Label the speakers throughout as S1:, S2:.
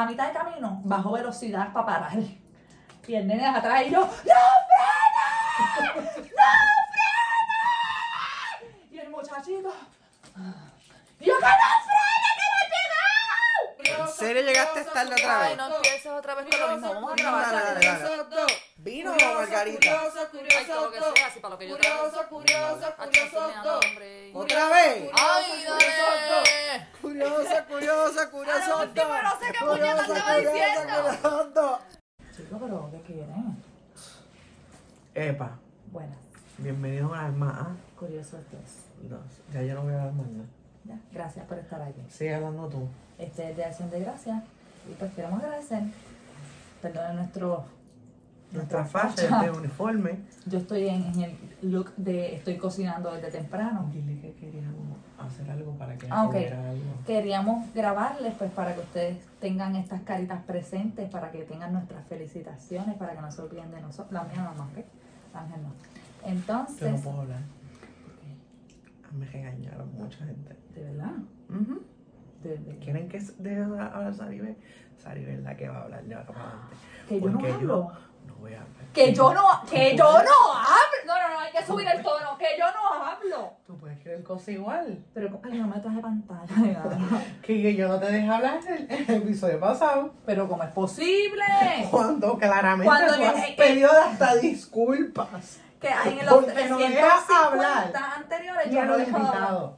S1: A mitad de camino, bajo velocidad para parar. Y el nene atrás y yo, ¡No frena! ¡No frena! Y el muchachito, ¡Y yo que no frena, que no he llegado!
S2: ¿En serio llegaste tarde otra vez?
S3: Ay, no empieces otra vez con lo mismo. Vamos a trabajar.
S2: dale, dale, dale. Vino o margarita.
S4: Curioso, curioso,
S3: Ay, todo que sea así para lo que yo
S4: curioso, curioso, curioso,
S3: curioso,
S2: Otra vez.
S3: Ay, dale.
S2: Curiosa, curiosa, curiosa.
S1: A lo último, no sé qué puñeta estaba diciendo.
S2: diciendo.
S1: Chico, pero ¿qué quieren?
S2: Epa,
S1: Buenas,
S2: bienvenidos una vez más. a
S1: curiosos estos.
S2: Dos. Ya yo no voy a hablar más nada.
S1: Ya, Gracias por estar aquí.
S2: Sigue hablando tú.
S1: Este es de Acción de Gracias. Y pues queremos agradecer. Perdón, nuestro.
S2: Nuestra facha de uniforme.
S1: Yo estoy en, en el look de estoy cocinando desde temprano.
S2: Dile que queríamos hacer algo para que
S1: Ah, ok.
S2: hubiera algo.
S1: Queríamos grabarles pues para que ustedes tengan estas caritas presentes, para que tengan nuestras felicitaciones, para que no se olviden de nosotros. La mía no, ¿ok? La mía no.
S2: Yo no
S1: Entonces,
S2: puedo hablar. Ah,
S1: ok,
S2: Me regañaron mucha gente.
S1: de verdad,
S2: Ujú.
S1: de, de-
S2: ¿Quieren que deje de hablar Saribe? Saribe es la que va a hablar de ahora para adelante.
S1: que yo no
S2: Porque
S1: hablo.
S2: no voy a hablar.
S1: Que yo no, que yo no hablo. No, no, no, hay que subir el tono, que yo no hablo.
S2: Tú puedes creer cosas igual.
S1: Pero ay, no me traje pantalla. ¿verdad?
S2: Que yo no te dejé hablar en el, el episodio pasado.
S1: Pero ¿cómo es posible?
S2: Cuando claramente
S1: Cuando
S2: tú
S1: le-
S2: has
S1: eh,
S2: pedido hasta disculpas.
S1: Que hay en los
S2: Porque no dejas
S1: 350
S2: hablar.
S1: anteriores
S2: Y
S1: yo
S2: a
S1: no
S2: los
S1: dejaba hablar.
S2: invitados.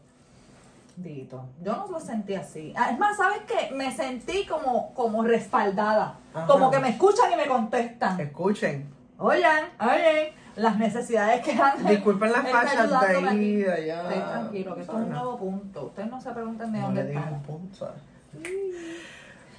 S1: Dito, yo no lo sentí así. Ah, Es más, ¿sabes qué? Me sentí como, como respaldada.
S2: Ajá. Eh.
S1: Como que me escuchan y me contestan.
S2: Escuchen.
S1: Oigan, oigan, las necesidades que han.
S2: Disculpen las
S1: Él está
S2: fachas de
S1: ayudándome
S2: ahí,
S1: aquí.
S2: de allá.
S1: Estén tranquilos, que esto es un
S2: No,
S1: nuevo punto. Ustedes no se pregunten de
S2: No
S1: dónde
S2: le digas el
S1: estamos.
S2: punto.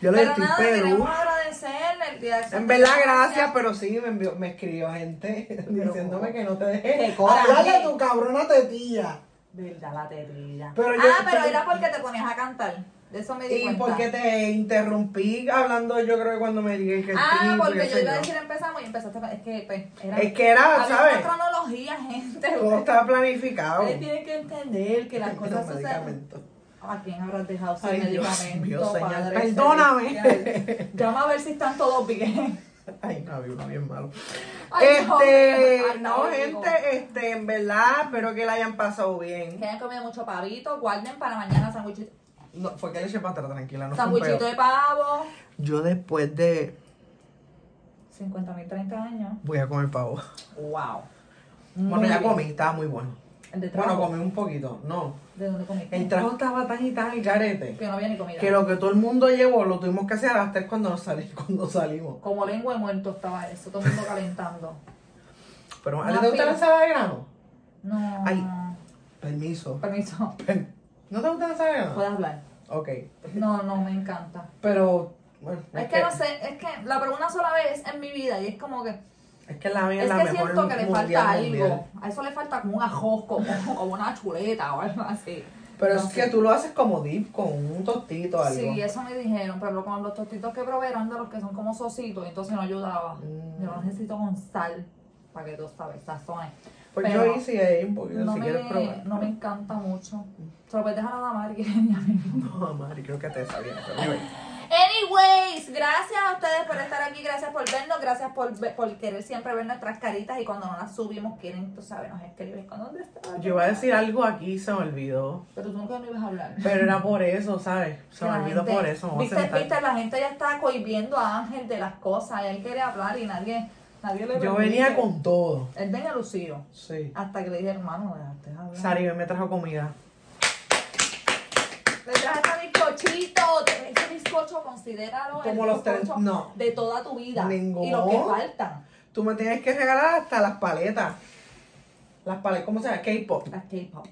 S2: Yo le
S1: Pero
S2: estoy
S1: nada,
S2: Perú.
S1: queremos agradecerle el día de
S2: En verdad, gracias, pero sí, me, envió- me escribió gente diciéndome que no te dejé.
S1: qué coraje.
S2: Hablarle a tu cabrona tetilla.
S1: Verdad, la tetilla.
S2: Pero yo-
S1: ah, pero
S2: pero-
S1: era porque te ponías a cantar. De eso me di
S2: Y
S1: cuenta.
S2: porque te interrumpí hablando, yo creo que cuando me dije que
S1: Ah,
S2: sí,
S1: porque
S2: qué
S1: yo
S2: sé
S1: iba a decir empezamos y empezaste con... Es que, pues, era...
S2: Es que era,
S1: había
S2: ¿sabes?
S1: una cronología, gente. pues.
S2: Todo estaba planificado. Este
S1: Ustedes tienen que entender que las
S2: Los
S1: cosas suceden...
S2: medicamentos.
S1: ¿A quién habrás dejado sin
S2: Ay, Dios
S1: medicamento,
S2: mío, Señor,
S1: Padre
S2: perdóname.
S1: celestial? Llama a ver si están todos bien.
S2: Ay, no, había uno bien malo.
S1: Ay, no,
S2: este,
S1: ay,
S2: no,
S1: no, digo.
S2: gente, este, en verdad, espero que la hayan pasado bien.
S1: Que hayan comido mucho pavito, guarden para mañana sándwichito
S2: No, fue que le eché para atrás, tranquila, Ah, no fue un
S1: sándwichito
S2: peo.
S1: de pavo.
S2: Yo después de...
S1: 50 mil 30 años.
S2: Voy a comer pavo.
S1: Wow.
S2: Bueno,
S1: Muy
S2: ya
S1: bien.
S2: comí, estaba muy bueno.
S1: El de trabajo.
S2: Bueno, comí un poquito, no.
S1: ¿De dónde comiste?
S2: El trago estaba tan y tan y carete.
S1: Que no había ni comida.
S2: Que lo que todo el mundo llevó lo tuvimos que hacer a las 3 cuando, nos sali- cuando salimos.
S1: Como lengua de muerto estaba eso, todo el mundo calentando.
S2: Pero, ¿a
S1: Una
S2: ti te gusta
S1: fila.
S2: la ensalada de grano?
S1: No.
S2: Ay. Permiso.
S1: Permiso,
S2: ¿No te gusta la ensalada de grano?
S1: puedes hablar.
S2: Ok.
S1: No, no, me encanta.
S2: Pero, bueno.
S1: Es que no sé, es que la probé una sola vez en mi vida y es como que.
S2: Es que la mía es
S1: Es
S2: la
S1: que
S2: mejor
S1: siento que le
S2: mundial,
S1: falta
S2: mundial.
S1: algo. A eso le falta como un ajo, como, como una chuleta o algo así.
S2: Pero
S1: No
S2: es
S1: sé.
S2: que tú lo haces como dip con un tostito o algo.
S1: Sí, eso me dijeron, pero con los tostitos que probé eran de los que son como sositos, entonces no ayudaba.
S2: Mm.
S1: Yo lo necesito con sal, para que tú sabes, sazones.
S2: Pues
S1: Pero
S2: yo hice ahí un poquito,
S1: No
S2: Pues, si quieres
S1: me,
S2: probar.
S1: no me encanta mucho. Se lo puedes dejar a la madre que es mi amigo.
S2: No, madre, creo que te sabía. Pero anyway.
S1: Anyways, gracias a ustedes por estar aquí, gracias por vernos, gracias por, ve- por querer siempre ver nuestras caritas y cuando no las subimos quieren, tú sabes, nos escriben con dónde está.
S2: Yo iba a decir algo aquí, se me olvidó.
S1: Pero tú nunca no ibas a hablar.
S2: Pero era por eso, ¿sabes? Se me
S1: La
S2: olvidó
S1: gente-
S2: por eso. me voy a
S1: Viste,
S2: sentar.
S1: viste, la gente ya está cohibiendo a Ángel de las cosas y él quiere hablar y nadie, nadie le
S2: Yo
S1: permite.
S2: venía con todo.
S1: Él venía lucido
S2: Sí.
S1: hasta que le dije, hermano, dejaste hablar.
S2: Saribe me trajo comida.
S1: Le traje este bizcochito. te- Este bizcocho, considéralo.
S2: Como
S1: el
S2: los tres-
S1: bizcocho
S2: no.
S1: De toda tu vida.
S2: Ninguno.
S1: Y los que faltan.
S2: Tú me tienes que regalar hasta las paletas. Las paletas, ¿cómo se llama? K-pop.
S1: Las K-pop.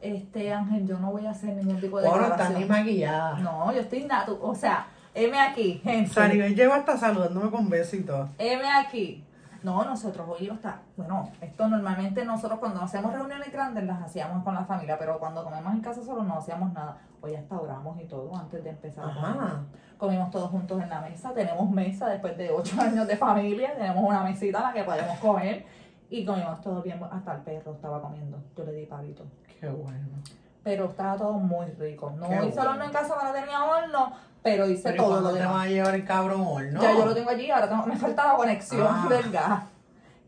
S1: Este, Ángel, yo no voy a hacer ningún tipo de
S2: Bueno, está
S1: declaración.
S2: ni maquillada.
S1: No, yo estoy natu. O sea, M aquí, gente.
S2: Saribel lleva hasta saludándome con besitos.
S1: M aquí. No, nosotros hoy está. Bueno, esto normalmente nosotros cuando hacemos reuniones grandes las hacíamos con la familia, pero cuando comemos en casa solo no hacíamos nada. Hoy hasta oramos y todo antes de empezar. a comer.
S2: Ajá.
S1: Comimos todos juntos en la mesa, tenemos mesa después de ocho años de familia, tenemos una mesita en la que podemos comer y comimos todos bien, hasta el perro estaba comiendo, yo le di palito.
S2: Qué bueno.
S1: Pero estaba todo muy rico, no
S2: Qué
S1: hice el horno
S2: bueno.
S1: en casa, no tenía horno, pero hice
S2: Pero
S1: todo lo
S2: cuando te
S1: demás.
S2: vas a llevar el cabrón horno.
S1: Ya yo lo tengo allí, ahora tengo- me falta la conexión
S2: Ah.
S1: del gas.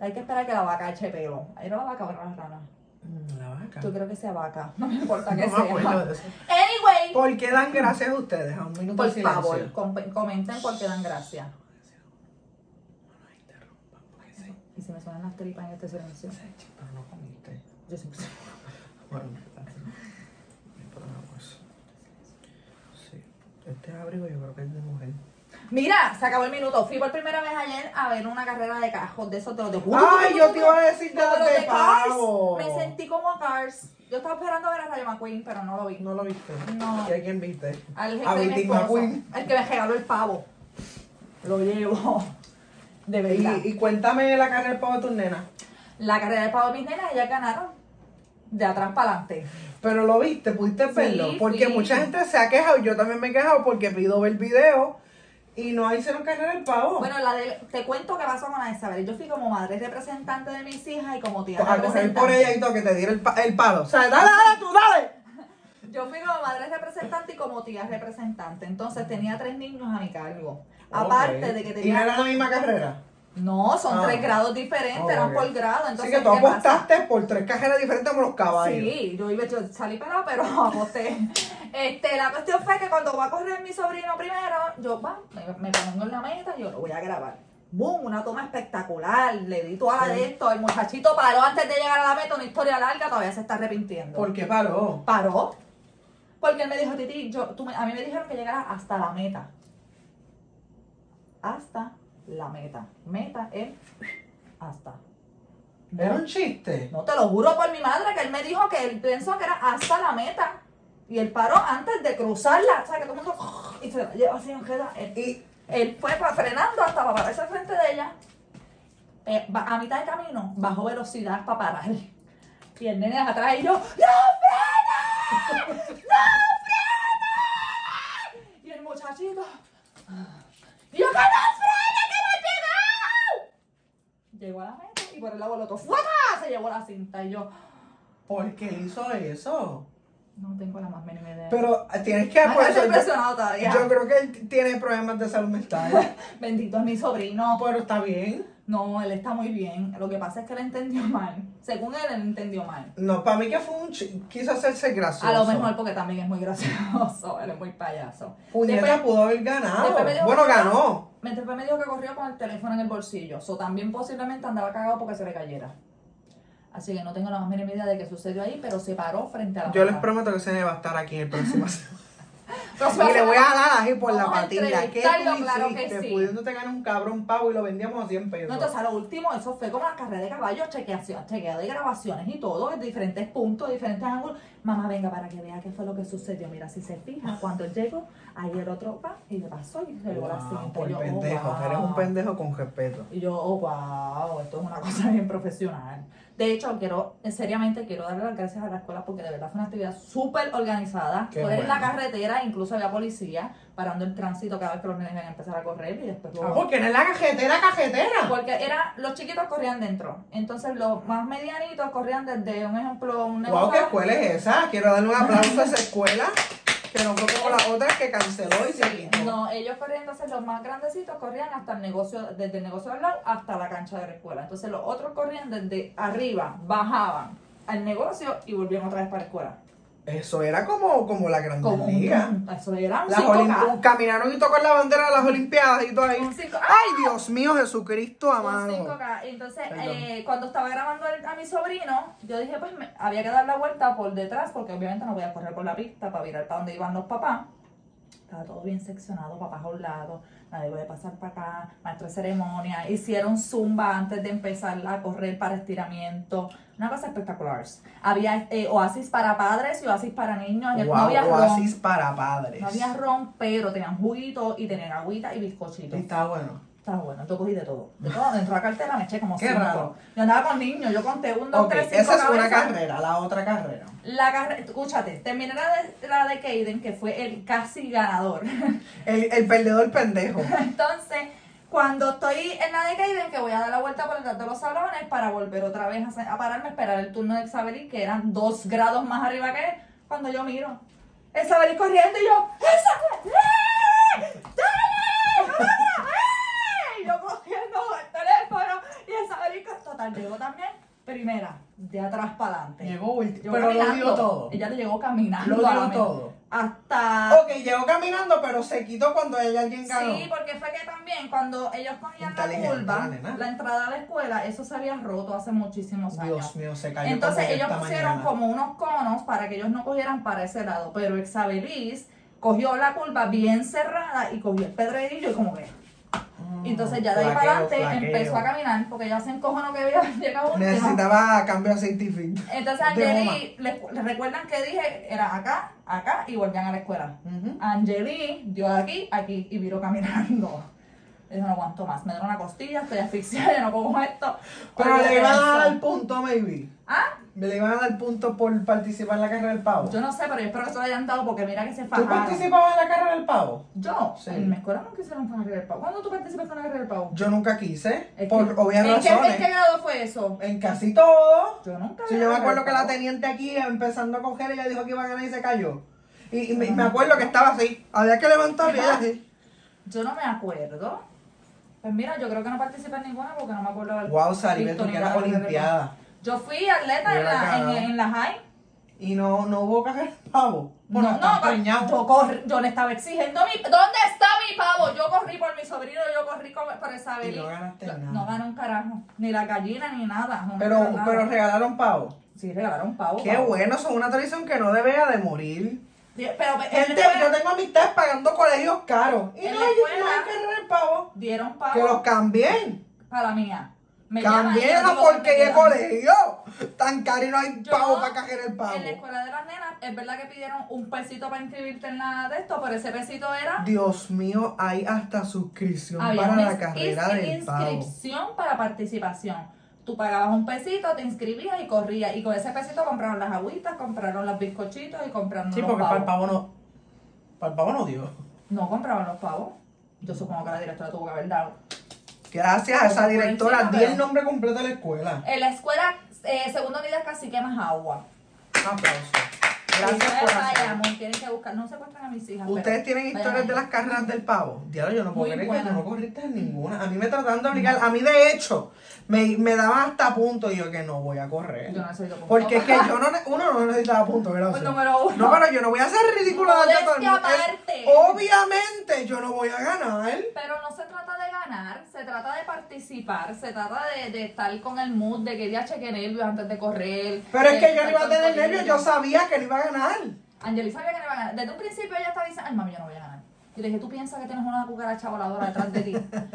S1: Hay que esperar que la vaca eche pelo. ¿Era la vaca o era la rana?
S2: Mm, La vaca.
S1: Yo creo que sea vaca, no me importa
S2: No
S1: que
S2: me
S1: sea.
S2: acuerdo de eso.
S1: Anyway,
S2: ¿Por qué dan gracias a ustedes? A un minuto de
S1: por
S2: silencio.
S1: favor, com- comenten porque dan gracias.
S2: No nos interrumpan, porque se-
S1: Y si me suenan las tripas en este silencio,
S2: se echa, pero no comiste.
S1: yo siempre
S2: Bueno, me ponemos. Sí. Este abrigo yo creo que es de mujer.
S1: Mira, se acabó el minuto. Fui por primera vez ayer a ver una carrera de cajos de esos de los de
S2: Ay, yo te iba a decir de
S1: Como
S2: los
S1: los
S2: de
S1: de Cars.
S2: pavo.
S1: Me sentí como a Cars. Yo estaba esperando ver a Rayo McQueen, pero no lo vi.
S2: No lo viste.
S1: No.
S2: ¿Y a quién viste?
S1: Al jefe
S2: a
S1: de mi
S2: Brittany
S1: esposo,
S2: McQueen.
S1: El que me regaló el pavo. Lo llevo. De verdad.
S2: Y, y cuéntame la carrera del pavo de tus nenas.
S1: La carrera de pavo de mis nenas, ellas ganaron. De atrás para adelante.
S2: Pero lo viste, pudiste verlo. Porque
S1: sí.
S2: mucha gente se ha quejado, yo también me he quejado porque pido ver video y no hicieron carrera del pavo.
S1: Bueno, la de, te cuento qué pasó con la de Isabel. Yo fui como madre representante de mis hijas y como tía
S2: Pues a correr por
S1: representante.
S2: ella y todo, que te diera el, pa- el palo. O sea, dale, dale, tú, dale.
S1: Yo fui como madre representante y como tía representante. Entonces tenía tres niños a mi cargo. Aparte
S2: Ok.
S1: de que
S2: ¿Y no
S1: tenía.
S2: era la misma carrera?
S1: No, son
S2: Ah.
S1: tres grados diferentes,
S2: Ok.
S1: eran por grado. Entonces,
S2: Así que tú
S1: ¿qué pasa?
S2: apostaste por tres carreras diferentes con los caballos.
S1: Sí, yo iba, yo salí pelado, pero aposté. Este, la cuestión fue que cuando va a correr mi sobrino primero, yo va, me, me pongo en la meta, yo lo voy a grabar. ¡Bum! Una toma espectacular, le di toda la de esto, el muchachito paró antes de llegar a la meta, una historia larga, todavía se está arrepintiendo.
S2: ¿Por qué paró?
S1: paró. Porque él me dijo, Titi, yo, tú me- a mí me dijeron que llegara hasta la meta. Hasta la meta. Meta es hasta.
S2: Era un chiste.
S1: No te lo juro por mi madre que él me dijo que él pensó que era hasta la meta. Y él paró antes de cruzarla. O sea, que todo el mundo. Y se la lleva así, no queda. Él,
S2: Y
S1: él fue pa- frenando hasta para pararse al frente de ella. Eh, ba- a mitad de camino, bajó velocidad para parar. Y el nene atrás y yo. ¡No frena! ¡No frena! Y el muchachito. Y yo, ¡que no frena! ¡Que no he llegado! Llegó a la meta y por el lado del otro. ¡Fuera! Se llevó la cinta y yo.
S2: ¿por qué hizo eso?
S1: No tengo la más mínima idea.
S2: Pero tienes que
S1: Ay,
S2: por
S1: estoy
S2: eso, yo,
S1: impresionado todavía.
S2: yo creo que él tiene problemas de salud mental.
S1: Bendito es mi sobrino.
S2: pero está bien.
S1: No, él está muy bien. Lo que pasa es que él entendió mal. Según él, él entendió mal.
S2: No, para mí que fue un chiste. Quiso hacerse gracioso.
S1: A lo mejor porque también es muy gracioso. Él es muy payaso.
S2: Puñeta
S1: Después-
S2: pudo haber
S1: después
S2: ganado.
S1: me dijo
S2: Bueno,
S1: que-
S2: ganó.
S1: me- Después me dijo que corrió con el teléfono en el bolsillo. O también posiblemente andaba cagado porque se le cayera. Así que no tengo la más mínima idea de qué sucedió ahí, pero se paró frente a la
S2: Yo les
S1: mamá.
S2: prometo que se va a estar aquí en el próximo. y
S1: Pero se va a
S2: le
S1: hacer-
S2: voy a dar ají por la
S1: Vamos a
S2: patilla. ¿Qué
S1: entrevistarlo,
S2: tú
S1: claro que
S2: hiciste?
S1: sí.
S2: Pudiéndote ganar un cabrón pavo y lo vendíamos a 100
S1: No,
S2: pesos.
S1: entonces a lo último, eso fue como la carrera de caballos, chequeación, chequeo de grabaciones y todo, en diferentes puntos, diferentes ángulos. Mamá, venga para que vea qué fue lo que sucedió. Mira, si se fija, cuando él llegó, ahí el otro va y le pasó y le llegó la
S2: Ah. Wow,
S1: cinta.
S2: por
S1: Y yo, oh,
S2: pendejo.
S1: wow.
S2: Eres un pendejo con respeto.
S1: Y yo, oh, wow, esto es una cosa bien profesional. De hecho, quiero, seriamente, quiero darle las gracias a la escuela porque de verdad fue una actividad súper organizada.
S2: Qué
S1: Fue en la
S2: bueno.
S1: carretera, incluso había policía parando el tránsito cada vez que los nenes iban a empezar a correr y después...
S2: Ah, porque no es la cajetera, cajetera.
S1: Porque era, los chiquitos corrían dentro. Entonces los más medianitos corrían desde un ejemplo, un negocio.
S2: Wow, qué escuela es esa. Quiero darle un aplauso a esa escuela. Que no fue como la otra que canceló y se quitó.
S1: No, ellos corrían, entonces los más grandecitos corrían hasta el negocio, desde el negocio al lado hasta la cancha de la escuela. Entonces los otros corrían desde arriba, bajaban al negocio y volvían otra vez para la escuela.
S2: Eso era como, como la gran
S1: Como un,
S2: liga.
S1: eso era un
S2: Las
S1: 5K.
S2: olim- caminaron y tocó la bandera de las Olimpiadas y todo ahí.
S1: Un cinco-
S2: Ay, Dios mío, Jesucristo
S1: Un
S2: amado.
S1: 5K. Entonces,
S2: Perdón.
S1: eh, cuando estaba grabando el- a mi sobrino, yo dije, pues me- había que dar la vuelta por detrás, porque obviamente no voy a correr por la pista para mirar para dónde iban los papás. Estaba todo bien seccionado, papás a un lado, nadie puede pasar para acá, maestro de ceremonia. Hicieron zumba antes de empezar a correr para estiramiento. Una cosa espectacular. Había eh, oasis para padres y oasis para niños.
S2: Wow,
S1: no había ron,
S2: oasis para padres.
S1: no había ron, pero tenían juguito y tenían agüita y
S2: Y
S1: bizcochitos.
S2: está bueno.
S1: Estaba Ah, bueno, yo cogí de todo. De todo, dentro de la cartera me eché como
S2: Qué
S1: cinco.
S2: raro.
S1: Yo andaba con niños, yo conté un, dos,
S2: Ok,
S1: tres, cinco
S2: esa es una
S1: cabezas.
S2: carrera, la otra carrera.
S1: La carrera, escúchate, terminé la de, la de Kaden, que fue el casi ganador.
S2: El, el perdedor pendejo.
S1: Entonces, cuando estoy en la de Kaden, que voy a dar la vuelta por detrás de los salones para volver otra vez a, se- a pararme, a esperar el turno de Xaverí, que eran dos grados más arriba que él, cuando yo miro. Xaverí corriendo y yo, ¡Xaverí! más para adelante.
S2: Llegó último.
S1: Llegó
S2: Pero lo
S1: caminando.
S2: dio todo.
S1: Ella le llegó caminando.
S2: Lo
S1: a la
S2: dio
S1: meta.
S2: todo.
S1: Hasta.
S2: Ok, llegó caminando, pero se quitó cuando ella alguien ganó.
S1: Sí, porque fue que también cuando ellos cogían la
S2: Inteligente, la
S1: curva,
S2: nena.
S1: la entrada a la escuela, eso se había roto hace muchísimos años.
S2: Dios mío, se cayó.
S1: Entonces
S2: como que
S1: ellos
S2: esta
S1: pusieron
S2: mañana.
S1: como unos conos para que ellos no cogieran para ese lado, pero Exabelis cogió la curva bien cerrada y cogió el pedrerillo y como que...
S2: Mm,
S1: Entonces ya de ahí para
S2: flaqueo,
S1: adelante
S2: flaqueo.
S1: empezó a caminar porque ella se encojonó que había llegado última.
S2: Necesitaba cambio de científico.
S1: Entonces
S2: de
S1: Angeli, les, les recuerdan que dije, era acá, acá y volvían a la escuela. Angeli dio aquí, aquí y viró caminando. Eso no aguanto más, me duele una costilla, estoy asfixiada, ya no puedo con esto.
S2: Pero
S1: Olvídate
S2: le iban a
S1: de
S2: dar
S1: eso.
S2: punto, maybe.
S1: ¿Ah?
S2: Le iban a dar punto por participar en la carrera del pavo.
S1: Yo no sé, pero yo espero que se lo hayan dado porque mira que se
S2: ¿Tú
S1: fajaron.
S2: participabas en la carrera del pavo?
S1: Yo,
S2: Sí.
S1: en mi escuela nunca hicieron carrera del pavo. ¿Cuándo tú participaste en la carrera del pavo?
S2: Yo nunca quise,
S1: Es
S2: por
S1: que-
S2: obvias
S1: ¿En qué,
S2: razones.
S1: en qué grado fue eso?
S2: En casi todo.
S1: Yo nunca.
S2: Sí,
S1: vi
S2: yo me
S1: carrera
S2: acuerdo
S1: del
S2: que la
S1: pavo.
S2: teniente aquí empezando a coger, ella dijo que iba a ganar y se cayó. Y, y me, me acuerdo que estaba así. Había que levantarla y ella así.
S1: Yo no me acuerdo. Pues mira, yo creo que no participé en ninguna porque no me acuerdo del
S2: Wow, Saribel, tú
S1: Cristo,
S2: que
S1: ni
S2: eras
S1: nada de carrera del pavo.
S2: olimpiada.
S1: Yo fui atleta en
S2: Hubiera
S1: la, en,
S2: ganado.
S1: en la high.
S2: Y no, no hubo carrera del pavo. Bueno,
S1: no,
S2: están
S1: no, pero
S2: preñados.
S1: yo, corri- yo le estaba exigiendo mi. ¿Dónde está mi pavo? Yo corrí por mi sobrino, yo corrí con- por esa
S2: Y no ganaste nada.
S1: No gané un carajo. Ni la gallina, ni nada. no me
S2: Pero,
S1: regalaron.
S2: pero regalaron pavo.
S1: Sí, regalaron pavo.
S2: Qué
S1: pavo.
S2: bueno, son una tradición que no debía de morir.
S1: Pero, pero en
S2: Gente,
S1: la escuela
S2: yo tengo amistades pagando colegios caros. Y
S1: pues, En
S2: no
S1: la
S2: hay,
S1: escuela-
S2: no hay carrera del pavo.
S1: dieron
S2: Que los
S1: pavo
S2: cambien.
S1: para la mía. Me
S2: Cambié
S1: llaman y yo
S2: la
S1: digo,
S2: porquería de
S1: "Mira,
S2: colegio. Tan caro y no hay
S1: yo
S2: pavo para cajer el pavo.
S1: En la escuela de las nenas, es verdad que pidieron un pesito para inscribirte en la de esto, pero ese pesito era.
S2: Dios mío, hay hasta suscripción para
S1: Ah, una
S2: la
S1: ins-
S2: carrera
S1: ins-
S2: del pavo.
S1: inscripción para participación. Tú pagabas un pesito, te inscribías y corrías. Y con ese pesito compraron las agüitas, compraron los bizcochitos y compraron los pavos.
S2: pavo no. Para el pavo no dio.
S1: No compraban los pavos. Yo supongo que la directora tuvo que haber dado.
S2: Gracias a esa
S1: Como por
S2: directora,
S1: encima,
S2: di el
S1: pero-
S2: nombre completo de la escuela.
S1: En la escuela, eh, segunda unidad casi quemas agua.
S2: Aplauso.
S1: Ustedes
S2: Gracias por hacerlo.
S1: vayan, tienen que buscar. No secuestran a mis hijas.
S2: Ustedes tienen historias de las carreras del pavo. Diablo, yo no puedo
S1: Muy
S2: creer que tú
S1: buena.
S2: no corriste en ninguna. A mí me trataron de obligar. A mí, de hecho, me, me daban hasta punto y yo que no voy a correr.
S1: Yo no necesito punto.
S2: Porque es que yo no, ne- uno no necesitaba punto, gracias.
S1: Pues número uno.
S2: No, pero yo no voy a ser ridículo
S1: Modestia
S2: delante de todo el mundo. Es-
S1: aparte.
S2: obviamente yo no voy a ganar.
S1: Pero no se trata de ganar, se trata de participar, se trata de, de estar con el mood de que ya cheque nervios antes de correr.
S2: Pero
S1: de
S2: es que yo no iba a
S1: estar
S2: tener
S1: con
S2: nervios, yo sabía que no iba a ganar.
S1: Angeli sabía que no iba a ganar. Desde un principio ella estaba diciendo, ay mami, yo no voy a ganar. Y le dije, tú piensas que tienes una cucaracha voladora detrás de ti.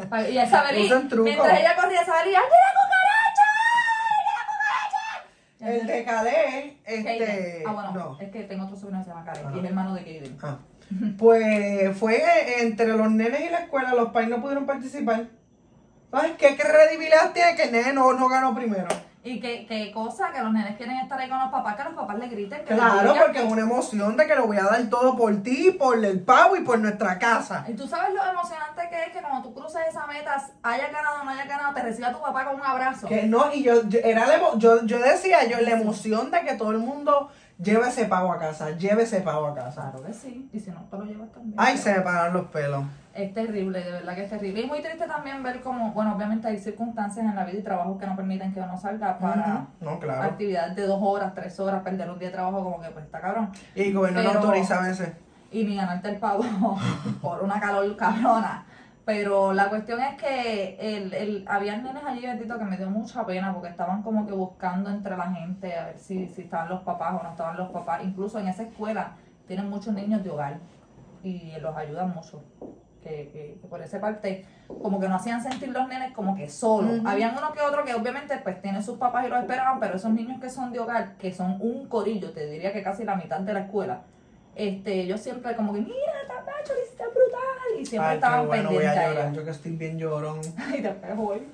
S1: Pa- Y esa Belí,
S2: Usan truco.
S1: mientras ella corría, sabía, ¡ay, que la cucaracha! ¡Ay, que la cucaracha! Y
S2: El
S1: Angeli,
S2: de Calais, este.
S1: Kaden. Ah, bueno,
S2: no.
S1: es que tengo otro sobrino que se llama Karen,
S2: Ajá.
S1: y es hermano de Kaden.
S2: Ah. Pues fue entre los nenes y la escuela, los pais no pudieron participar. Ay, qué credibilidad tiene que el nene no, no ganó primero.
S1: Y que, que cosa, que los nenes quieren estar ahí con los papás, que los papás le griten. Que les
S2: Claro,
S1: digan.
S2: porque es una emoción de que lo voy a dar todo por ti, por el pavo y por nuestra casa.
S1: Y tú sabes lo emocionante que es que cuando tú cruzas esa meta, hayas ganado o no hayas ganado, te reciba tu papá con un abrazo.
S2: Que no, y yo, yo- era la emo- yo, yo decía, yo la emoción de que todo el mundo lleve ese pavo a casa, lleve ese pavo a casa.
S1: Claro que sí, y si no te lo llevas también.
S2: Ay, se me pararon los pelos.
S1: Es terrible, de verdad que es terrible. Y muy triste también ver como, bueno, obviamente hay circunstancias en la vida y trabajos que no permiten que uno salga para
S2: Ujú. No, claro.
S1: actividades de dos horas, tres horas, perder un día de trabajo, como que pues está cabrón.
S2: Y el gobierno no
S1: Pero-
S2: autoriza a veces.
S1: y ni ganarte el pavo por una calor cabrona. Pero la cuestión es que el, el, había nenes allí, bendito, que me dio mucha pena porque estaban como que buscando entre la gente a ver si, si estaban los papás o no estaban los papás. Incluso en esa escuela tienen muchos niños de hogar y los ayudan mucho. Que, que- que por esa parte, como que no hacían sentir los nenes como que solos.
S2: Ujú.
S1: Habían uno que otro que obviamente pues tienen sus papás y los esperaban, pero esos niños que son de hogar, que son un corillo, te diría que casi la mitad de la escuela, este, yo siempre como que, mira, está macho, está brutal. Y siempre
S2: Ay, qué
S1: estaban
S2: bueno, voy
S1: pendientes
S2: a
S1: a
S2: llorar,
S1: ella.
S2: yo que estoy bien llorón.
S1: Y después voy.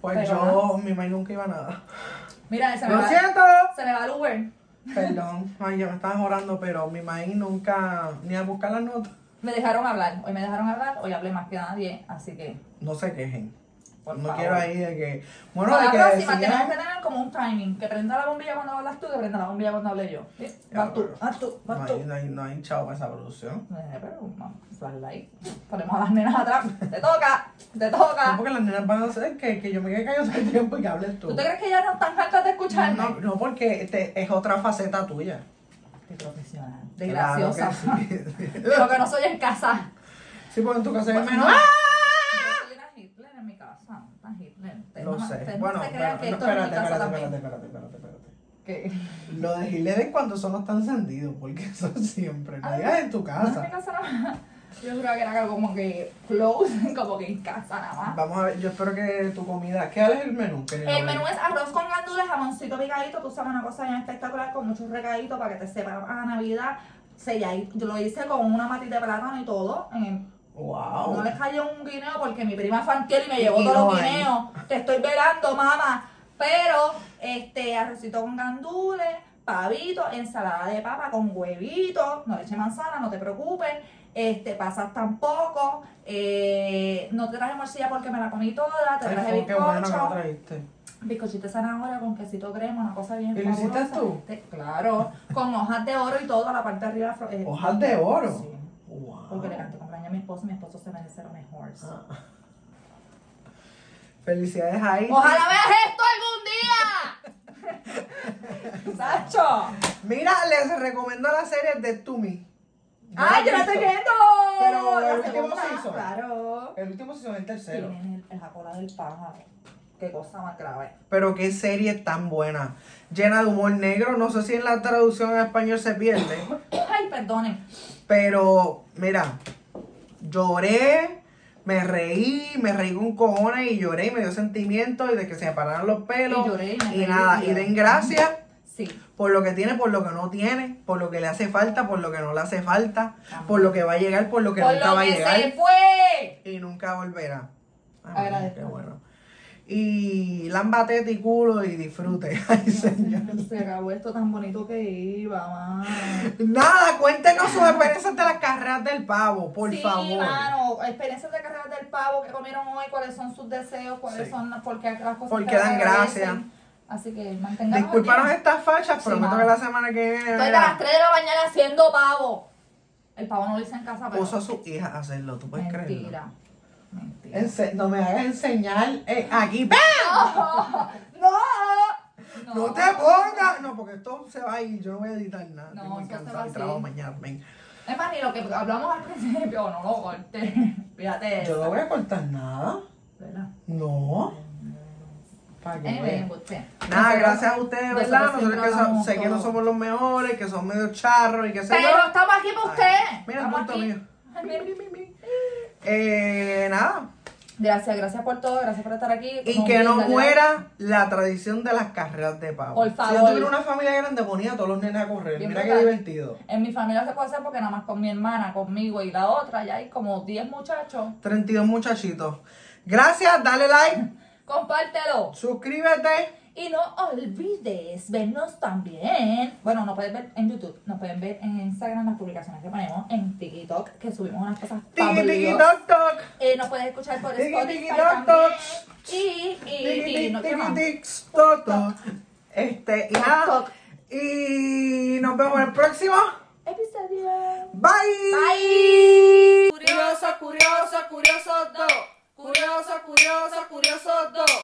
S2: Pues
S1: Pero
S2: yo, mi mamá nunca iba a nada.
S1: Mira, se me,
S2: ¡Lo
S1: va,
S2: siento!
S1: se me va el Uber.
S2: Perdón, ay, yo me estaba llorando, pero mi mamá nunca, ni a buscar las notas.
S1: Me dejaron hablar. Hoy me dejaron hablar, hoy hablé más que nadie, así que
S2: No se quejen.
S1: Por
S2: no
S1: favor.
S2: quiero ahí de que. Bueno,
S1: Para
S2: de que
S1: la próxima
S2: decidan-
S1: tenemos que tener como un timing. Que prenda la bombilla cuando hablas tú, que prenda la bombilla cuando hable yo. ¿Sí? Vas tú,
S2: pero-
S1: vas tú,
S2: no
S1: vas tú.
S2: hay, no hay, no hay chavo para esa producción.
S1: Eh, Pero, vamos, flashlight. Ponemos a las nenas atrás. Te toca, te
S2: No,
S1: toca.
S2: porque las nenas van a hacer que, que yo me quede callado todo el tiempo y que hables tú.
S1: ¿Tú te crees que ya no están hartas de escucharme?
S2: no, no, porque este es otra faceta tuya.
S1: Qué profesional. De
S2: Claro que
S1: graciosa.
S2: sí.
S1: Lo que no soy en casa.
S2: sí, porque en tu casa es
S1: Bueno,
S2: menos.
S1: Yo soy una Hitler en mi casa. Una Hitler. Ustedes
S2: Lo
S1: no,
S2: sé.
S1: ustedes no
S2: Bueno,
S1: se
S2: pero-
S1: crean que
S2: no,
S1: esto es en mi
S2: espérate,
S1: casa
S2: espérate,
S1: también.
S2: espérate, espérate, espérate, espérate.
S1: Que-
S2: Lo de Hitler es cuando son los tan encendidos, porque eso siempre. No
S1: Ay,
S2: digas en tu
S1: No, en mi
S2: casa.
S1: casa nada más. Yo creo que era algo como que close, como que en casa nada más.
S2: Vamos a ver, yo espero que tu comida. ¿Qué es el menú? Que
S1: El menú es Eh, arroz con gandules, jamoncito picadito, tú sabes una cosa bien espectacular con muchos recaditos para que te sepa a Navidad. Selladito. Yo lo hice con una matita de plátano y todo. en-
S2: ¡Wow!
S1: No les cayó un guineo porque mi prima Fantiel y me
S2: Oh. Y
S1: llevó todos los
S2: no hay.
S1: guineos. Te estoy velando, mamá. Pero, este, arrocito con gandules, pavito, ensalada de papa con huevito, no le eche manzana, no te preocupes. Este, pasas tampoco. eh, no te traje morcilla porque me la comí toda. Te
S2: Ay,
S1: traje
S2: fue, qué bueno que lo
S1: bizcocho.
S2: trajiste.
S1: Bizcochito de zanahoria con quesito crema, una cosa bien
S2: ¿Y lo hiciste
S1: fabulosa.
S2: tú?
S1: Te- claro, con hojas de oro y todo, la parte de arriba. fro- eh,
S2: Hojas de oro.
S1: Sí,
S2: Wow.
S1: porque le canté cumpleaños a mi esposo y mi esposo se merece lo mejor.
S2: Ah. Felicidades ahí.
S1: Ojalá veas esto algún día. Sacho.
S2: Mira, les recomiendo la serie de Tumi.
S1: Ay, Ah, yo la estoy viendo.
S2: Pero,
S1: La
S2: ¿el último
S1: segunda,
S2: season?
S1: Claro.
S2: El último season, el tercero.
S1: Tienen el, la cola del pájaro. Qué cosa más grave.
S2: Pero qué serie tan buena. Llena de humor negro. No sé si en la traducción en español se pierde.
S1: Ay, perdonen.
S2: Pero, mira, lloré, me reí, me reí con cojones y lloré y me dio sentimiento y de que se me pararon los pelos.
S1: Y lloré y me reí,
S2: nada.
S1: y
S2: Y
S1: lloré.
S2: den gracias.
S1: Sí.
S2: por lo que tiene, por lo que no tiene, por lo que le hace falta, por lo que no le hace falta,
S1: Ajá.
S2: por lo que va a llegar, por lo que
S1: Por
S2: nunca
S1: lo
S2: va a
S1: que
S2: llegar
S1: se fue.
S2: y nunca volverá. Ay,
S1: Agradezco.
S2: qué bueno. Y lamba teta y culo y disfrute. Ay, señor.
S1: Se acabó esto tan bonito que iba, mamá.
S2: Nada, cuéntenos sus experiencias de las carreras del pavo, por
S1: sí,
S2: favor.
S1: mano, experiencias de carreras del pavo que comieron hoy, cuáles son sus deseos, cuáles
S2: Sí.
S1: son las- porque las cosas
S2: Porque
S1: que les
S2: dan
S1: agradecen.
S2: gracias.
S1: Así que mantengan
S2: Disculpanos este estas fachas,
S1: Sí,
S2: prometo
S1: mano.
S2: que la semana que viene
S1: Estoy de
S2: mira,
S1: las 3 de la mañana haciendo pavo. El pavo no lo hice en casa, pero.
S2: puso a su hija a hacerlo, tú puedes creerlo.
S1: mentira. Mentira.
S2: Ense- no me hagas enseñar eh, aquí. ¡Bam!
S1: ¡No!
S2: No te pongas. No, porque esto se va a ir. Yo no voy a editar nada.
S1: No,
S2: Estoy muy
S1: esto se va
S2: cansada y
S1: así.
S2: trabajo mañana. Ven.
S1: Es más, ni lo que hablamos al principio, no lo corté. Fíjate.
S2: Yo
S1: eso.
S2: no voy a cortar nada.
S1: ¿Verdad?
S2: No. Para que
S1: Anyway, pues,
S2: vean.
S1: usted.
S2: Nada, gracias a ustedes,
S1: Nosotros
S2: ¿verdad?
S1: siempre
S2: Nosotros que so-
S1: hablamos
S2: sé que no
S1: todo.
S2: somos los mejores, que son medio charros y que sé
S1: Pero
S2: yo.
S1: estamos aquí para usted.
S2: Ay, Mira, el
S1: Estamos
S2: bulto
S1: aquí.
S2: mío.
S1: Ay, mira, mira, mira.
S2: Eh, nada.
S1: Gracias, gracias por todo, gracias por estar aquí.
S2: Y
S1: Nos
S2: que no
S1: brinda, le-
S2: muera la tradición de las carreras de pavo.
S1: Por
S2: Si yo
S1: favor.
S2: tuviera una familia grande, ponía a todos los nenes a correr.
S1: Bien
S2: Mira qué
S1: brutal.
S2: divertido.
S1: En mi familia se puede hacer porque nada más con mi hermana, conmigo y la otra, ya hay como 10 muchachos.
S2: 32 muchachitos. Gracias, dale like,
S1: Compártelo.
S2: suscríbete.
S1: Y no olvides vernos también. Bueno, nos pueden ver en YouTube, nos pueden ver en Instagram las publicaciones que ponemos, en TikTok, que subimos unas cosas
S2: Tiki tiki
S1: fabulosas.
S2: toc toc.
S1: Eh, nos puedes escuchar por
S2: Tiki,
S1: Spotify
S2: tiki, toc,
S1: también.
S2: toc.
S1: Y,
S2: Tiki
S1: y, y,
S2: tiki
S1: no, ¿qué más?
S2: tiki toc toc. Este, y nada. Y nos vemos en el próximo.
S1: Episodio.
S2: Bye.
S3: Curioso, curioso, curioso, dos. Curioso, curioso, curioso, dos.